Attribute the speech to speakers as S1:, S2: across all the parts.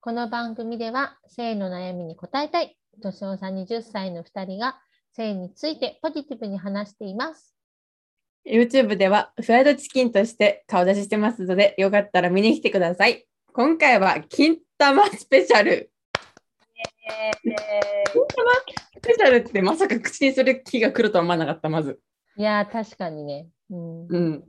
S1: この番組では性の悩みに答えたい年の差20歳の2人が性についてポジティブに話しています。
S2: YouTube ではフライドチキンとして顔出ししてますので、よかったら見に来てください。今回は金玉スペシャル。金玉スペシャルってまさか口にする日が来るとは思わなかった、まず。
S1: いやー確かにね。うん、
S2: うん。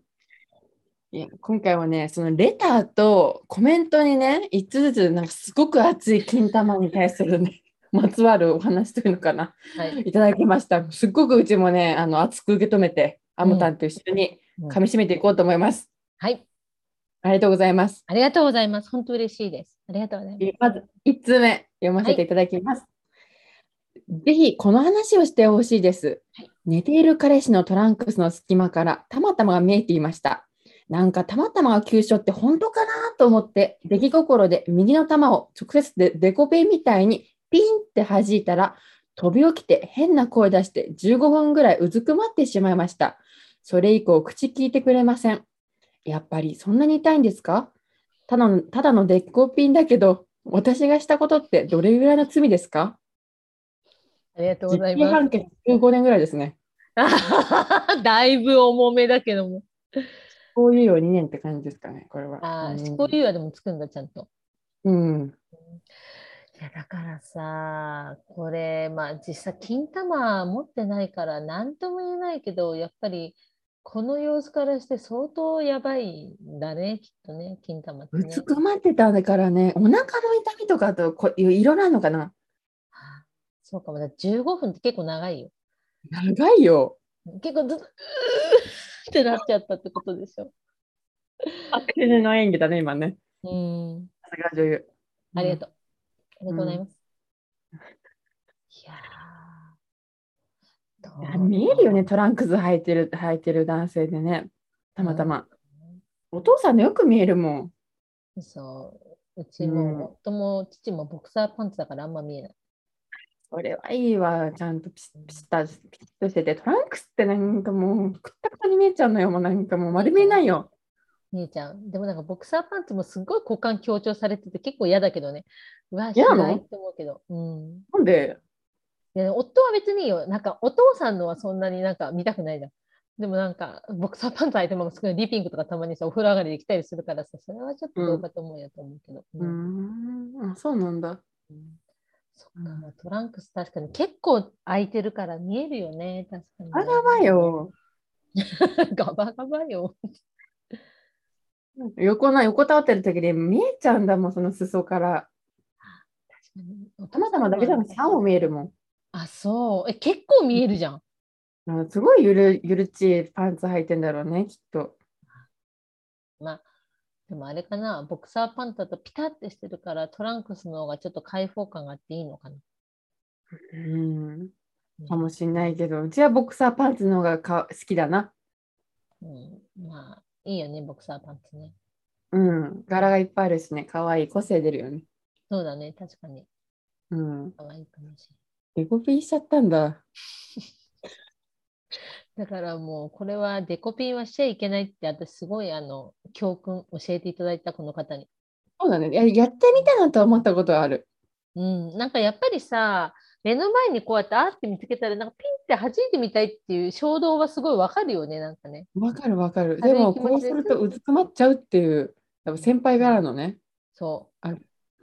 S2: いや今回はね、そのレターとコメントにね、5つずつ、なんかすごく熱い金玉に対するね、 まつわるお話というのかな。
S1: はい、
S2: いただきました。すっごくうちもね、あの熱く受け止めて、アムタンと一緒に
S1: うん
S2: 噛み締めていこうと思います。
S1: はい、
S2: ありがとうございます。
S1: ありがとうございます。本当嬉しいです。ありがとうございます。
S2: まず1通目読ませていただきます。ぜひこの話をしてほしいです、
S1: はい
S2: 寝ている彼氏のトランクスの隙間からたまたまが見えていました。なんかたまたまが急所って本当かなと思って出来心で右の玉を直接でデコペンみたいにピンって弾いたら飛び起きて変な声出して15分ぐらいうずくまってしまいました。それ以降口聞いてくれません。やっぱりそんなに痛いんですかただのただのデコピンだけど私がしたことってどれぐらいの罪ですか
S1: ありがとうご
S2: 実
S1: ざい
S2: 刑
S1: ま
S2: 判決15年ぐらいですね。
S1: す。 だいぶ重めだけども。
S2: こういうよう2年って感じですかね、これは。
S1: あ
S2: うん
S1: あ、執行猶予でもつくんだ、ちゃんと。
S2: うん。
S1: いやだからさ、これ、まあ実際、金玉持ってないから何とも言えないけど、やっぱりこの様子からして相当やばいんだね、きっとね、金玉って
S2: う
S1: ね。
S2: ずくまってたんだからね、お腹の痛みとかとこいろいろなのかな。
S1: あそうかも、だから15分って結構長いよ。
S2: 長いよ。
S1: 結構ずっと、うーってなっちゃったってことでしょ。
S2: 白人の演技だね、今ね。
S1: うん、
S2: さすが女優。
S1: ありがとう。ありがとうございます。いやー
S2: あ見えるよね、。トランクス履いてる履いてる男性でね、たまたま。お父さんのよく見えるもん。
S1: そう。うちも夫も父もボクサーパンツだからあんま見えない。
S2: それはいいわ、ちゃんとピシッピシッとピシッとしてて、トランクスってなんかもう、くったくたに見えちゃうのよ、もうなんかもう丸見えないよ。
S1: 姉ちゃん。でもなんかボクサーパンツもすごい股間強調されてて結構嫌だけどね。うわ、
S2: 嫌なの
S1: 嫌いって思うけど。うん。
S2: なんで
S1: いや夫は別にいいよ。なんかお父さんのはそんなになんか見たくないじゃん。でもなんかボクサーパンツ相手もすごいリピングとかたまにさお風呂上がりで着たりするからさそれはちょっとどうかと思うよと思うけど。
S2: うーん、あそうなんだ。
S1: うんそっ
S2: う
S1: か、
S2: ん
S1: まあトランクス確かに結構空いてるから見えるよね。確かに、ね。
S2: あらば。よ。
S1: ガバガバよ。
S2: 横な、横たわってる時で見えちゃうんだもん、その裾から。
S1: 確かに
S2: たまたまだけじゃなくて、歯も見えるもん。
S1: あ、そう。え、結構見えるじゃん。
S2: あすごいゆるゆるっちいパンツ履いてんだろうね、きっと。
S1: まあ、でもあれかな、ボクサーパンツだとピタってしてるから、トランクスの方がちょっと開放感があっていいのかな。
S2: うん。かもしんないけど、うちはボクサーパンツの方がか好きだな。
S1: うん、まあ、いいよね、ボクサーパンツね。
S2: うん。柄がいっぱいあるしね、可愛い個性出るよね。
S1: そうだね、確かに。
S2: うん。
S1: 可愛いかもしれ
S2: デコピンしちゃったんだ。
S1: ない。だからもう、これはデコピンはしちゃいけないって、私すごい、あの、教訓教えていただいた、この方に。
S2: そうだね。ややってみたいなとは思ったことはある。
S1: うん、なんかやっぱりさ、目の前にこうやってあーって見つけたら、なんかピンって弾いてみたいっていう衝動はすごいわかるよね、なんかね。
S2: わかるわかる。
S1: 軽い
S2: でも、
S1: 気持ち
S2: こうすると
S1: で
S2: うずくまっちゃうっていう、やっぱ先輩からのね、
S1: そ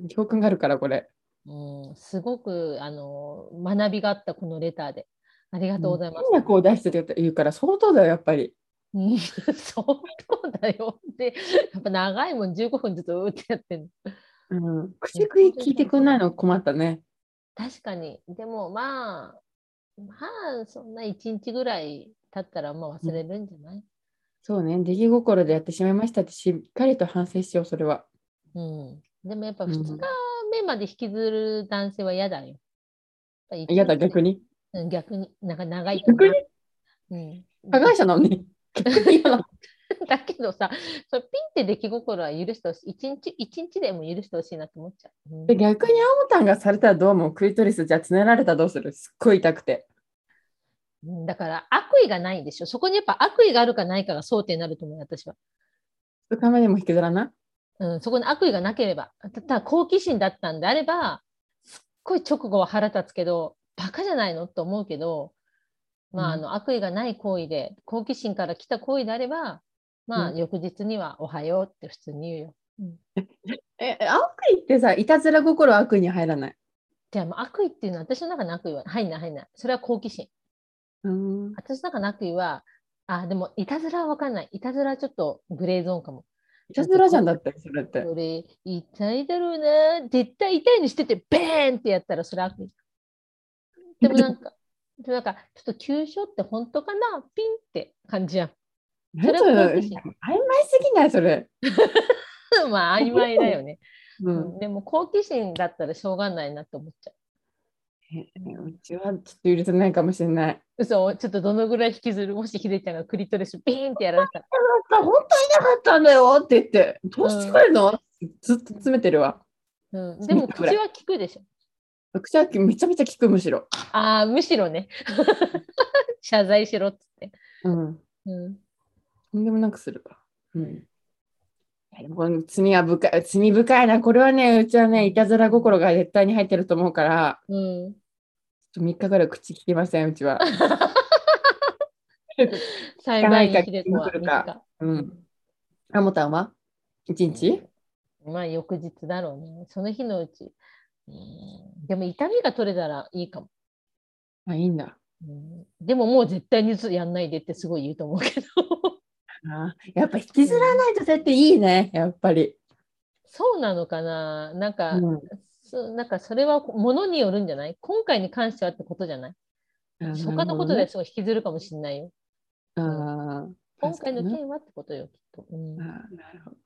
S2: 教訓があるから、これ。
S1: う、うん、すごくあの学びがあったこのレターで。ありがとうございます。
S2: 変な子を出してるって言うから、相当だよ、やっぱり。
S1: うん、 相当だよって、やっぱ長いもん15分ずつうーってやってる。
S2: うん。口食い聞いてくんないの困ったね。
S1: 確かに、でもまあ、まあ、そんな1日ぐらい経ったらもう忘れるんじゃない、
S2: そうね。出来心でやってしまいましたって、しっかりと反省しよう、それは。
S1: うん、でもやっぱ
S2: うん
S1: 2日目まで引きずる男性は嫌だよ。
S2: 嫌だ、逆
S1: に。
S2: に。
S1: うん逆に、なんか長いか
S2: 逆に
S1: な。うん、
S2: 加害者なのに。逆に嫌なの
S1: だけどさ、それピンって出来心は許してほしい。一日一日でも許してほしいなと思っちゃう。うん
S2: で逆に青タンがされたらどうもクリトリスじゃあつねられたらどうするすっごい痛くて。
S1: うんだから悪意がないんでしょ。そこにやっぱ悪意があるかないかが争点になると思う、私は。
S2: 2日目でも引きずらない
S1: うん、そこに悪意がなければ、たただ好奇心だったんであれば、すっごい直後は腹立つけど、バカじゃないのと思うけど、まあ、あ
S2: うん
S1: の悪意がない行為で、好奇心から来た行為であれば、まあ、
S2: うん
S1: 翌日にはおはようって普通に言うよ。
S2: え、え悪意ってさ、いたずら心は悪意に入らない。
S1: じゃあ、もう悪意っていうのは私の中の悪意は入んない、入んない。それは好奇心。
S2: うん。
S1: 私の中の悪意は、あ、でも、いたずらは分かんない。いたずらはちょっとグレーゾーンかも。
S2: いたずらじゃんだって、それって。
S1: それ、痛いだろうな。絶対痛いにしてて、ベーンってやったら、それ悪意。でもなんか、でもなんか、ちょっと急所って本当かなピンって感じやん。それは好奇心
S2: 曖昧すぎない、それ。
S1: まあ、曖昧だよね。
S2: うん。
S1: でも、好奇心だったらしょうがないなって思っちゃう。
S2: えうちはちょっと許せないかもしれない。
S1: 嘘ちょっとどのぐらい引きずるもしひでちゃんがクリトリスビーンってやられたら。
S2: 本当いなかったんだよって言って、どうしてくれるの、ずっと詰めてるわ。
S1: うん、でも口は聞くでしょ。
S2: 口はめちゃめちゃ聞く、むしろ。
S1: ああ、むしろね。 謝罪しろっつって。
S2: うん。
S1: うん、
S2: とんでもなくするわ。うん。いやでもこの罪は深い、罪深いな。これはね、うちはね、いたずら心が絶対に入ってると思うから、
S1: うん、
S2: ちょっと3日ぐらい口聞きません、うちは。
S1: 裁判員ひで子は
S2: 聞かない
S1: 短い
S2: うん。あもたんは ?1 日
S1: まあ翌日だろうね。その日のうち。うんでも痛みが取れたらいいかも。
S2: あ、いいんだ。
S1: うんでももう絶対にやんないでってすごい言うと思うけど。
S2: あーやっぱ引きずらないと絶対いいね、やっぱり。
S1: そうなのかななんか、
S2: うん
S1: そうなんかそれはものによるんじゃない今回に関してはってことじゃない他のことで。すごい引きずるかもしれないよ。
S2: あーなるほどねあー
S1: 今回の
S2: 確かにね
S1: 件はってことよ、きっと。うん
S2: あーなるほど。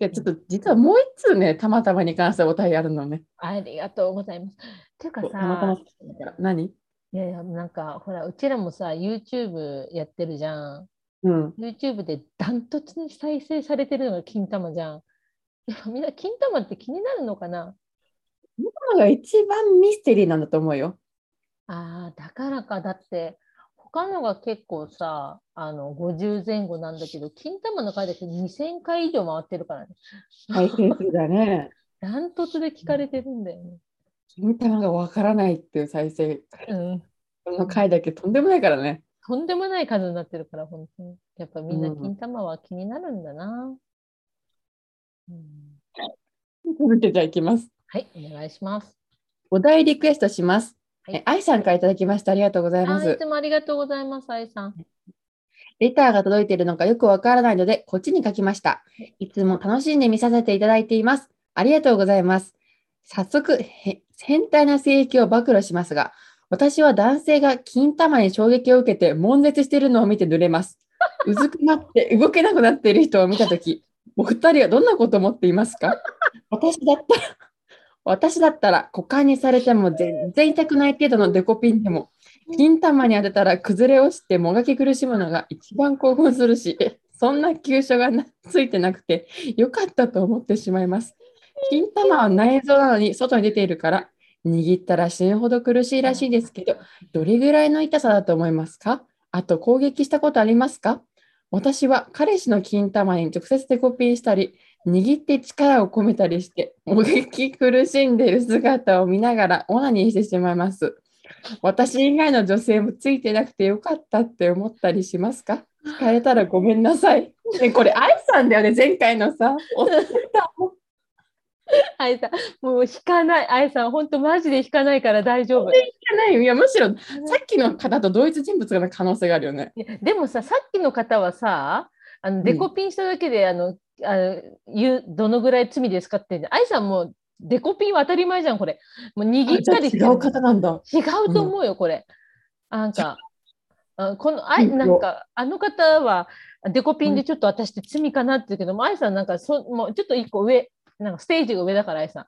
S2: でちょっと実はもう一通ね、たまたまに関してお便りあるのね。
S1: ありがとうございます。ていうか
S2: た
S1: さ、
S2: またま好きだから。何
S1: いやいや、なんか、ほら、うちらもさ、YouTube やってるじゃん。
S2: うん。
S1: YouTube でダントツに再生されてるのが金玉じゃん。 やっぱみんな金玉って気になるのかな
S2: 今が一番ミステリーなんだと思う よ。
S1: ああ、だからか。だって、他のが結構さ、あの、50前後なんだけど、金玉の回だけ2000回以上回ってるからね。
S2: 再生数がね、
S1: ダントツで聞かれてるんだよね。
S2: 金玉がわからないっていう再生、
S1: うん。
S2: この回だけとんでもないからね。
S1: とんでもない数になってるから、本当に。やっぱみんな
S2: うん
S1: 金玉は気になるんだな。うん、
S2: 続けていきます。
S1: はい、お願いします。
S2: お題リクエストします。
S1: はい
S2: え愛さんからいただきました。ありがとうございま
S1: あい
S2: す。
S1: つもありがとうございます、愛さん。
S2: レターが届いているのかよくわからないので、こっちに書きました。いつも楽しんで見させていただいています。ありがとうございます。早速、へ変態な性癖を暴露しますが、私は男性が金玉に衝撃を受けて悶絶しているのを見て濡れます。うずくまって動けなくなっている人を見たとき、お二人はどんなことを思っていますか私だったら、私だったら股間にされても全然痛くない程度のデコピンでも、金玉に当てたら崩れ落ちてもがき苦しむのが一番興奮するし、そんな急所がなついてなくてよかったと思ってしまいます。金玉は内臓なのに外に出ているから、握ったら死ぬほど苦しいらしいですけど、どれぐらいの痛さだと思いますかあと攻撃したことありますか私は彼氏の金玉に直接デコピンしたり、握って力を込めたりして、もがき苦しんでいる姿を見ながらオナニーしてしまいます。私以外の女性もついてなくてよかったって思ったりしますか聞かれたらごめんなさい。ね、これ、愛さんだよね、前回のさ。お
S1: 愛さん、もう引かない。愛さん、本当マジで引かないから大丈夫。
S2: ないいやむしろさっきの方と同一人物の可能性があるよね。
S1: いやでもさ、さっきの方はさ、あのデコピンしただけで、あの、あの言うどのぐらい罪ですかって、愛さんもうデコピンは当たり前じゃん、これ。もう握ったりしてる
S2: 違う方なんだ。
S1: 違うと思うよ、これ。なんか、あこのあ
S2: うん
S1: なんかあの方はデコピンでちょっと私って罪かなって言うけど、もう愛さんなんかそもうちょっと一個上、なんかステージが上だから愛さん。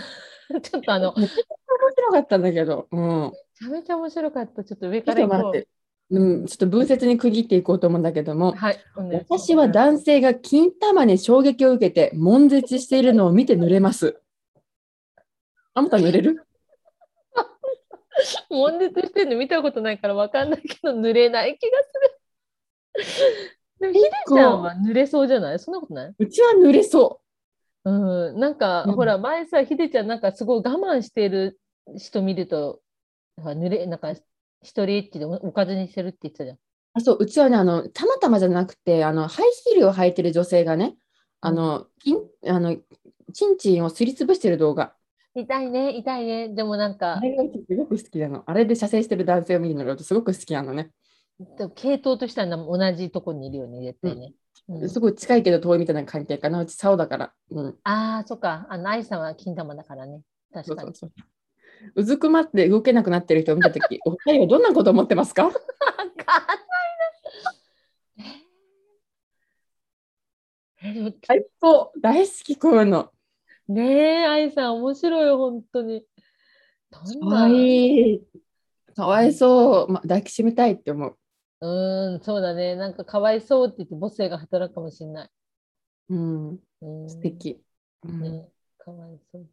S1: ちょっとあの、
S2: めちゃくちゃ面白かったんだけど。う
S1: め
S2: ん。
S1: ちゃめちゃ面白かった。ちょっと上
S2: ちょ
S1: か
S2: っ
S1: ら
S2: と
S1: 行
S2: 待
S1: こ
S2: って。うん、ちょっと分節に区切っていこうと思うんだけども
S1: う。、はい。お願いします
S2: 私は男性が金玉に衝撃を受けて悶絶しているのを見て濡れます。あんた濡れる
S1: 悶絶してるの見たことないからわかんないけど、濡れない気が する。でもひでちゃんは濡れそうじゃないそんなことないう
S2: ちは濡れそ
S1: うん、なんか、
S2: うん
S1: ほら前さひでちゃんなんかすごい我慢してる人見るとなんか濡れなんか一人エッチでおおかずにしてるって言ってたじゃん。
S2: あそううちはねあのたまたまじゃなくてあのハイヒールを履いてる女性がねあのきんあのチンチンをすりつぶしてる動画
S1: 痛いね痛いねでもなん
S2: あ
S1: か
S2: れがすごく好きなのあれで射精してる男性を見るのがすごく好きなのね、
S1: でも系統としては同じとこにいるよね絶対ね。うん
S2: すごい近いけど遠いみたいな関係かなうち竿だから、うん、
S1: ああそっかあの愛さんは金玉だからね
S2: そ
S1: 確
S2: う
S1: か
S2: そ
S1: に
S2: う。そううずくまって動けなくなってる人を見たと き、お二人はどんなことを思ってますか
S1: わかんないな。 えーえでも
S2: 最高大好きこういうの。
S1: ねえ、愛さん、面白いよ、本当に。どん
S2: か
S1: な、
S2: わいい。かわいそう。まあ、抱きしめたいって思う。
S1: うーん、そうだね。なんか、かわいそうって言って、母性が働くかもしれない。
S2: うん、
S1: うん、
S2: 素敵、うん
S1: ね。かわいそう。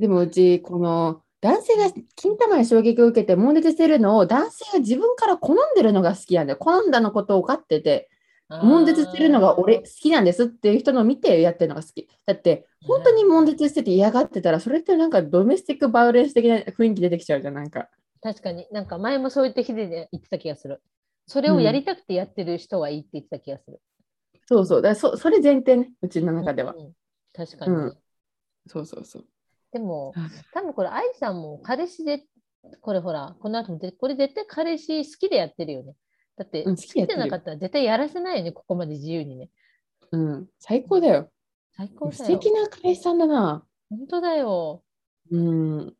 S2: でもうちこの男性が金玉に衝撃を受けて悶絶してるのを男性が自分から好んでるのが好きなんだよ。好んだのことを分かってて悶絶してるのが俺
S1: あ
S2: 好きなんですっていう人のを見てやってるのが好き。だって本当に悶絶してて嫌がってたらそれってなんかドメスティックバウレンス的な雰囲気出てきちゃうじゃんなんか。
S1: ー。確かに、なんか、前もそう言って、ヒデで言ってた気がする。それをやりたくてやってる人はいいって言ってた気がする。
S2: そうそう。だからそそれ前提ねうちの中では。
S1: うんうん確かに。
S2: うんそうそうそう。
S1: でも
S2: あ、
S1: 多分これ、愛さんも彼氏で、これほら、この後も出て、これ絶対彼氏好きでやってるよね。だって、
S2: うん好きで
S1: 好
S2: やっ
S1: き
S2: て
S1: じ
S2: る
S1: ゃなかったら絶対やらせないよね、ここまで自由にね。
S2: うん、最高だよ。
S1: 最高だよ。
S2: 素敵な彼氏さんだな。
S1: 本当だよ。
S2: うん。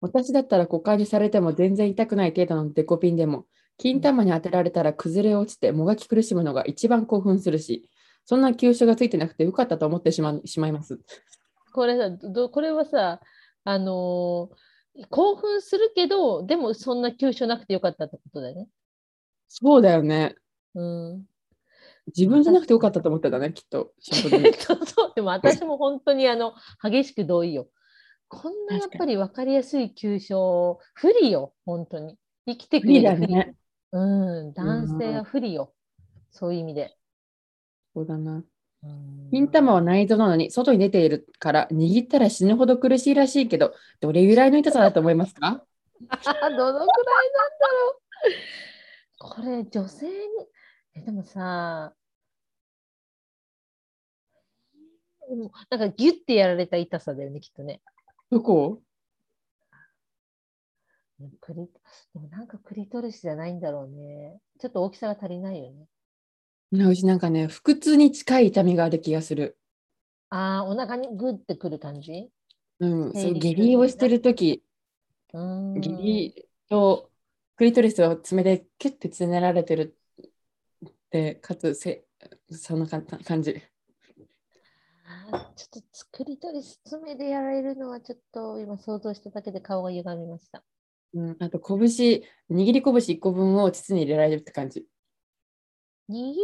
S2: 私だったら股間にされても全然痛くない程度のデコピンでも、金玉に当てられたら崩れ落ちてもがき苦しむのが一番興奮するし、そんな急所がついてなくてよかったと思ってしましまいます。
S1: これさ、どこれはさ、あのー興奮するけど、でもそんな急所なくてよかったってことだよね。
S2: そうだよね。
S1: うん。
S2: 自分じゃなくてよかったと思ってたね、きっと。シンプルに
S1: そうそう、でも私も本当にあの激しく同意よ。こんなやっぱり分かりやすい急所、不利よ、本当に。生きてく
S2: い
S1: れ
S2: いだ
S1: る不利。
S2: ね。
S1: うん、男性は不利よ。そういう意味で。
S2: そうだな。
S1: うん
S2: 金玉は内臓なのに外に出ているから握ったら死ぬほど苦しいらしいけど、どれぐらいの痛さだと思いますか
S1: あどのくらいなんだろう。これ、女性に、え、でもさ、もうなんかギュッてやられた痛さだよね、きっとね。
S2: どこ
S1: クリでもなんかクリトリスじゃないんだろうね。ちょっと大きさが足りないよね。
S2: なうちなんかね、腹痛に近い痛みがある気がする。
S1: ああ、お腹にグッてくる感じ
S2: うん、そ
S1: 生
S2: う
S1: 理
S2: 下痢をしてるとき、
S1: うーん。
S2: 下痢とクリトリスを爪でキュッてつねられてるで、かつせ、そんなかん感じ。
S1: あーちょっとクリトリス爪でやられるのはちょっと今想像しただけで顔が歪みました。
S2: うん、あと、拳、握り拳1個分を膣に入れられるって感じ。
S1: 握り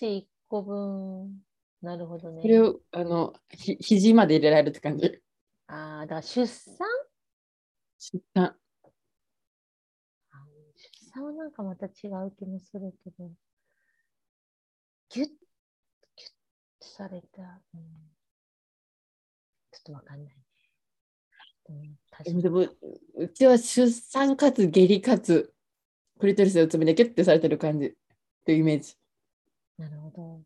S1: 拳1個分。なるほどね。
S2: それをあのひ肘まで入れられるって感じ。
S1: ああ、だから出産
S2: 出産
S1: 出産はなんかまた違う気もするけど。ギュッ、ギュッとされた。うんちょっとわかんないね。うん、確か
S2: で
S1: に
S2: もうちは出産かつ下痢かつクリトリスを爪でキュッてされてる感じっていうイメージ。
S1: なるほど。
S2: う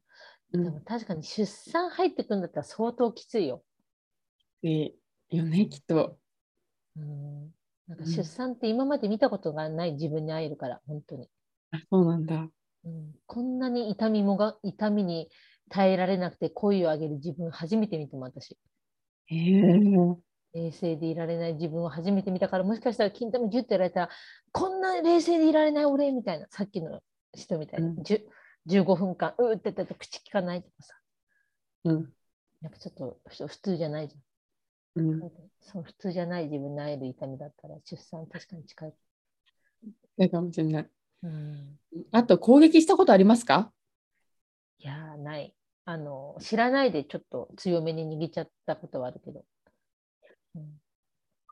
S1: で
S2: ん
S1: も確かに出産入ってくるんだったら相当きついよ。
S2: いいよね、きっと。
S1: うん、なんか
S2: うん
S1: 出産って今まで見たことがない自分に会えるから、本当に。
S2: あそうなんだ。
S1: うん、こんなに痛みもが痛みに耐えられなくて声を上げる自分初めて見ても私
S2: へえ
S1: 冷静でいられない自分を初めて見たからもしかしたら金玉ギュッてやられたらこんな冷静でいられない俺みたいなさっきの人みたいな、
S2: うん
S1: じゅ15分間うーってやってて口聞かないとかさ
S2: うん。
S1: やっぱちょっとふ普通じゃないじ
S2: うん
S1: ゃん、そう普通じゃない自分に会える痛みだったら出産確かに近い、
S2: だかもしれない。
S1: うん、
S2: あと攻撃したことありますか？
S1: いやーないあの知らないでちょっと強めに握っちゃったことはあるけど、うん、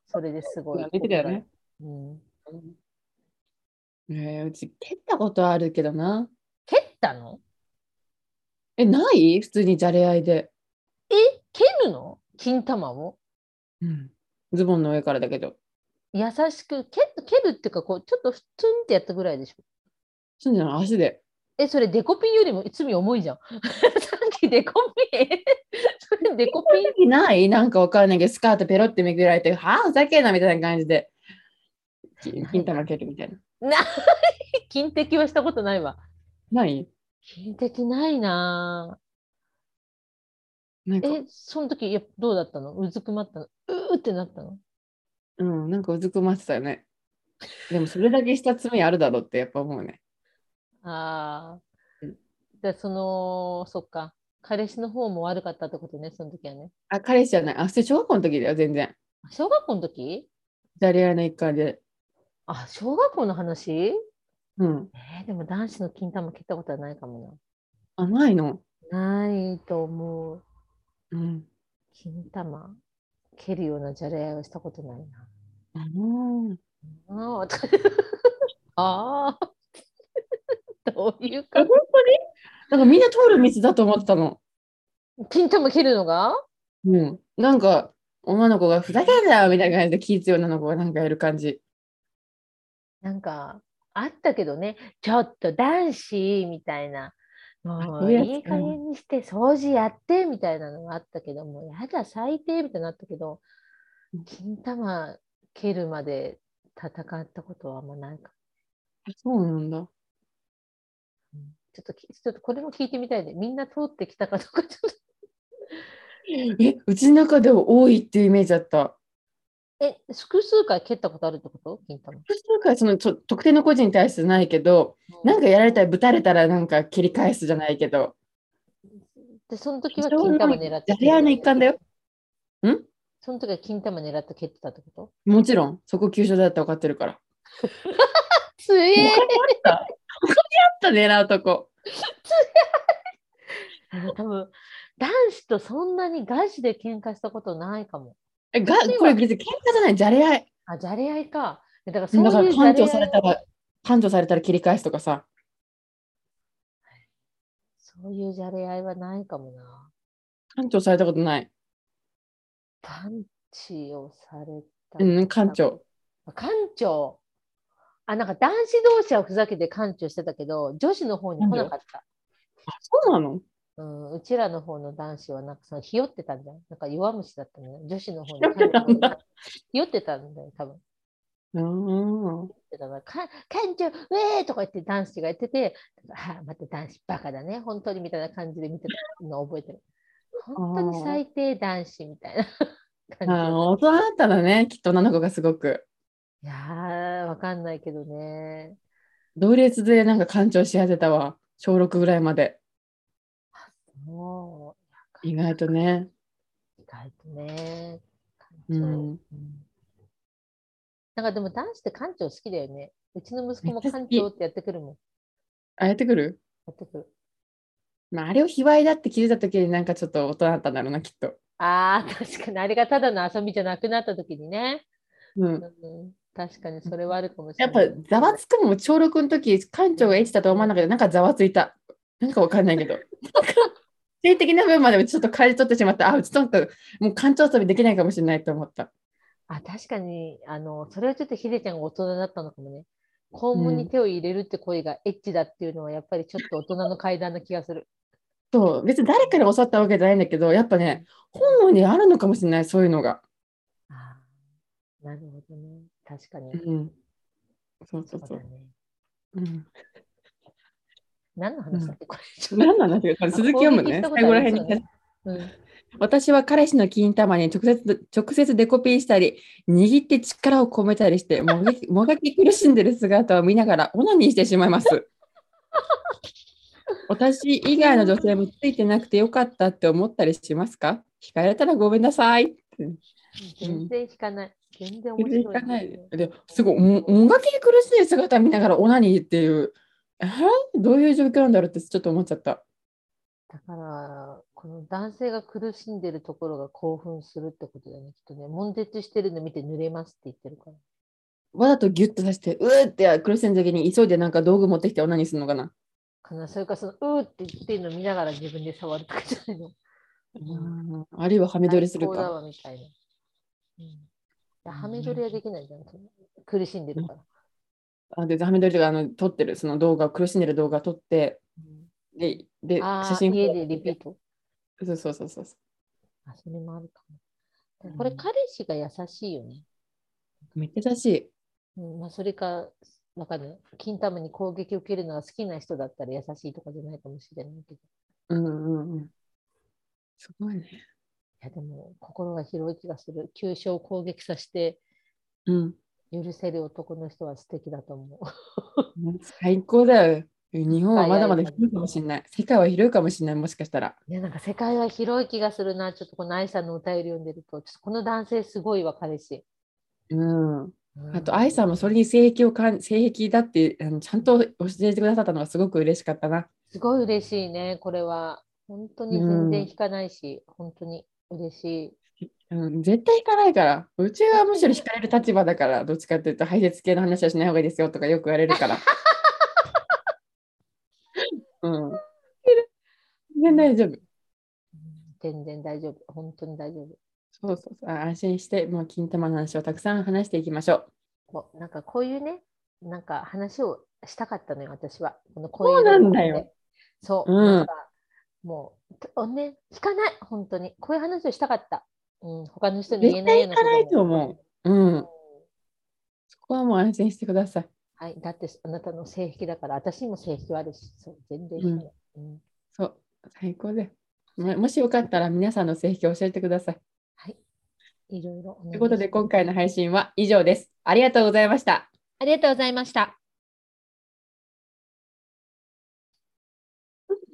S1: それですごい
S2: 見てたよね。
S1: うん、
S2: えーうち蹴ったことあるけどな。
S1: 蹴ったの
S2: えない？普通にじゃれ合いで。
S1: え蹴るの金玉を
S2: うん、ズボンの上からだけど。
S1: 優しく蹴蹴るっていうかこうちょっとふつんってやったぐらいでしょ
S2: そうじゃない足で。
S1: えそれデコピンよりも罪重いじゃん さっきデコピンえ それデコピン
S2: ないなんかわからないけど、スカートペロってめぐられて、はあ、ふざけんなみたいな感じで、き金玉蹴るみたいな。
S1: ない金滴はしたことないわ
S2: ない
S1: 金滴ないな
S2: なん
S1: ぁ
S2: か、
S1: えその時いやどうだったのうずくまったのうーってなったの
S2: うん、なんかうずくまってたよね。でも、それだけした罪あるだろうってやっぱ思うね。
S1: ああ
S2: うん
S1: でそのそっか彼氏の方も悪かったってことねその時はね
S2: あ、彼氏じゃない。あ、それ小学校の時だよ、全然。
S1: 小学校の時
S2: イタリアの一環で。
S1: あ小学校の話
S2: うん。
S1: えーでも男子の金玉蹴ったことはないかも
S2: あ、ないの。
S1: なないと思う
S2: うん。
S1: 金玉蹴るようなじゃれ合いをしたことないな
S2: あのー
S1: ああ、 ああ、 どういう
S2: え
S1: か
S2: 本。当になんかみんな通る道だと思ってたの。
S1: 金玉切るのが
S2: うん。なんか、女の子がふざけんなよみたいな感じで気強い女の子がなんかやる感じ。
S1: なんか、あったけどね、ちょっと男子みたいな、も
S2: そう
S1: う
S2: いうやつ
S1: いい加減にして掃除やってみたいなのがあったけど、もうやだ、最低みたいになったけど
S2: うん、
S1: 金玉蹴るまで戦ったことはあんまないか
S2: あそうなんだ。
S1: も。ちょっとき、ちょっとこれも聞いてみたいで、みんな通ってきたかどうか、ちょっと。
S2: え、うちの中では多いっていうイメージだった。
S1: え、複数回蹴ったことあるってこと金玉。
S2: 私なんかそのちょ特定の個人に対してないけど、なんかやられたらぶたれたらなんか切り返すじゃないけど、
S1: で、その時は金玉狙って
S2: やり合いの一環だよ。
S1: その時は金玉狙って蹴ってたってこと
S2: もちろん、そこ急所だって分かってるから。
S1: つえ
S2: 他にあった他にあった狙うとこ。
S1: 多分男子とそんなにガチで喧嘩したことないかも。
S2: え、がこれ別に喧嘩じゃない、じゃれ合い。
S1: あ、じゃれ合いか。だからそうい
S2: だ
S1: う
S2: から
S1: じゃ
S2: 感
S1: れ合
S2: 情
S1: い
S2: されたら、感情されたら切り返すとかさ。
S1: そういうじゃれ合いはないかもな。
S2: 感情されたことない。
S1: パンチをされた。
S2: うん、感情。
S1: 館長。あ、なんか男子同士はふざけて館長してたけど、女子の方に来なかった。
S2: あ、そうなの
S1: うん、うちらの方の男子はなんかそのひよってたんじゃん。なんか弱虫だったのよ。女子の方に
S2: ひよってたんだ
S1: ひよってたんだよ、多分。
S2: うーん。
S1: ってたから、か館長、ウェーとか言って男子が言ってて、あまた男子バカだね、本当にみたいな感じで見てたのを覚えてる。本当に最低男子みたいな
S2: あ
S1: 感
S2: 大人だったらね、きっと女の子がすごく。
S1: じ。いやー、わかんないけどね。
S2: 同列でなんか感情し合ってたわ。小6ぐらいまで。
S1: もう、
S2: 意外とね。
S1: 意外とね。
S2: う
S1: 館長
S2: ん。
S1: なんかでも男子って館長好きだよね。うちの息子も
S2: めっちゃ好
S1: 館
S2: き
S1: 長ってやってくるもん。
S2: あ、やってくる
S1: やってくる。
S2: まあ、あれを卑猥だって気づいた時になんかちょっと大人だったんだろうな、きっと。
S1: ああ、確かに。あれがただの遊びじゃなくなった時にね。
S2: うん。
S1: うん、確かにそれはあるかもしれ
S2: やっ
S1: な
S2: ぱ
S1: い。
S2: ざわつくもん小6の時館長がエッチだと思わなかったなんかざわついたなんかわかんないけどなんか性的な部分までちょっと感じ取ってしまったあうちとんともう館長遊びできないかもしれないと思った
S1: あ、確かに、あの、それはちょっとヒデちゃんが大人だったのかもね。肛門に手を入れるって声がエッチだっていうのは、やっぱりちょっと大人の階段な気がする。
S2: そう別に誰から教わったわけじゃないんだけどやっぱね本能にあるのかもしれないそういうのが
S1: あーなるほどね。確かに。
S2: うんそう
S1: そ
S2: そ
S1: うう
S2: そ
S1: だ
S2: う、
S1: ね。
S2: うん、
S1: 何の話だっけ、 これ。ちょっと
S2: 何なんだけど続き読む
S1: 攻撃
S2: ね
S1: したことあり
S2: 最後ら
S1: ま
S2: へ
S1: す
S2: ん
S1: よ
S2: に
S1: ねうん
S2: 私は彼氏の金玉に直接直接デコピンしたり握って力を込めたりしてもがきもがき苦しんでる姿を見ながらオナニーしてしまいます私以外の女性もついてなくてよかったって思ったりしますか惹かれたらごめんなさい
S1: 全然引かない。全然面白い。
S2: 惹かないでですごいももがき苦しんでる姿を見ながらオナニーっていうえーどういう状況なんだろうってちょっと思っちゃった
S1: だから、この男性が苦しんでるところが興奮するってことだね、きっとね。悶絶してるの見て濡れますって言ってるから。
S2: わざとギュッとさせてうーって苦しんでる時に急いでなんか道具持ってきてオナニーするのかな
S1: かなそれかそのうーって言ってるの見ながら自分で触るとかじゃないの
S2: うんあるいははみ取りする
S1: 最高だ
S2: か。
S1: わみたいな。うんいや、はみ取りはできないじゃん。苦しんでるから。
S2: あで、はみ取りとかあの撮ってる、その動画、苦しんでる動画撮って、で、で
S1: あ
S2: 写
S1: あ、
S2: 真
S1: 家でリピート。
S2: そうそうそうそう。
S1: あ、それもあるかも。
S2: うん
S1: これ、彼氏が優しいよね。
S2: めっちゃ優しい。
S1: うんまあ、それか、わかんない。金玉に攻撃を受けるのは好きな人だったら優しいとかじゃないかもしれないけど。
S2: うんうんうん。すごいね。
S1: いや、でも、心が広い気がする。急所を攻撃させて
S2: うん。
S1: 許せる男の人は素敵だと思う。
S2: 最高だよ。日本はまだま
S1: は
S2: だ
S1: いはい
S2: 広いかもしれない。世界は広いかもしれない、もしかしたら。
S1: いや、なんか世界は広い気がするな。ちょっとこの愛さんのお便り読んでると、ちょっとこの男性すごいわ、彼氏。
S2: うん。
S1: うん
S2: あと、愛さんもそれに性癖をかん、性癖だって、あのちゃんと教えてくださったのがすごく嬉しかったな。
S1: すごい嬉しいね、これは。本当に全然引かないし、本当に嬉しい。
S2: うん、絶対引かないから。うちはむしろ引かれる立場だから、どっちかっていうと、排泄系の話はしない方がいいですよとかよく言われるから。うん。全然大丈夫。
S1: 全然大丈夫。本当に大丈
S2: そうそうそう。あ安心して、もう金玉の話をたくさん話していきましょう。
S1: 夫。こうなんかこういうね、なんか話をしたかったのよ、私は。このこ
S2: そうなんだよ。
S1: そう、
S2: うん
S1: なんかもう、おね、引かない、本当に。こういう話をしたかった。うん、他の人に言えないような
S2: 絶対引かないと
S1: ことも
S2: 思うん。そこはもう安心してください。
S1: はい、だってあなたの性癖だから、私にも性癖はあるし、そう全然引かない。うん
S2: そう。最高で。ももしよかったら皆さんの性癖を教えてください。
S1: いろいろお願いします。
S2: ということで、今回の配信は以上です。ありがとうございました。
S1: ありがとうございました。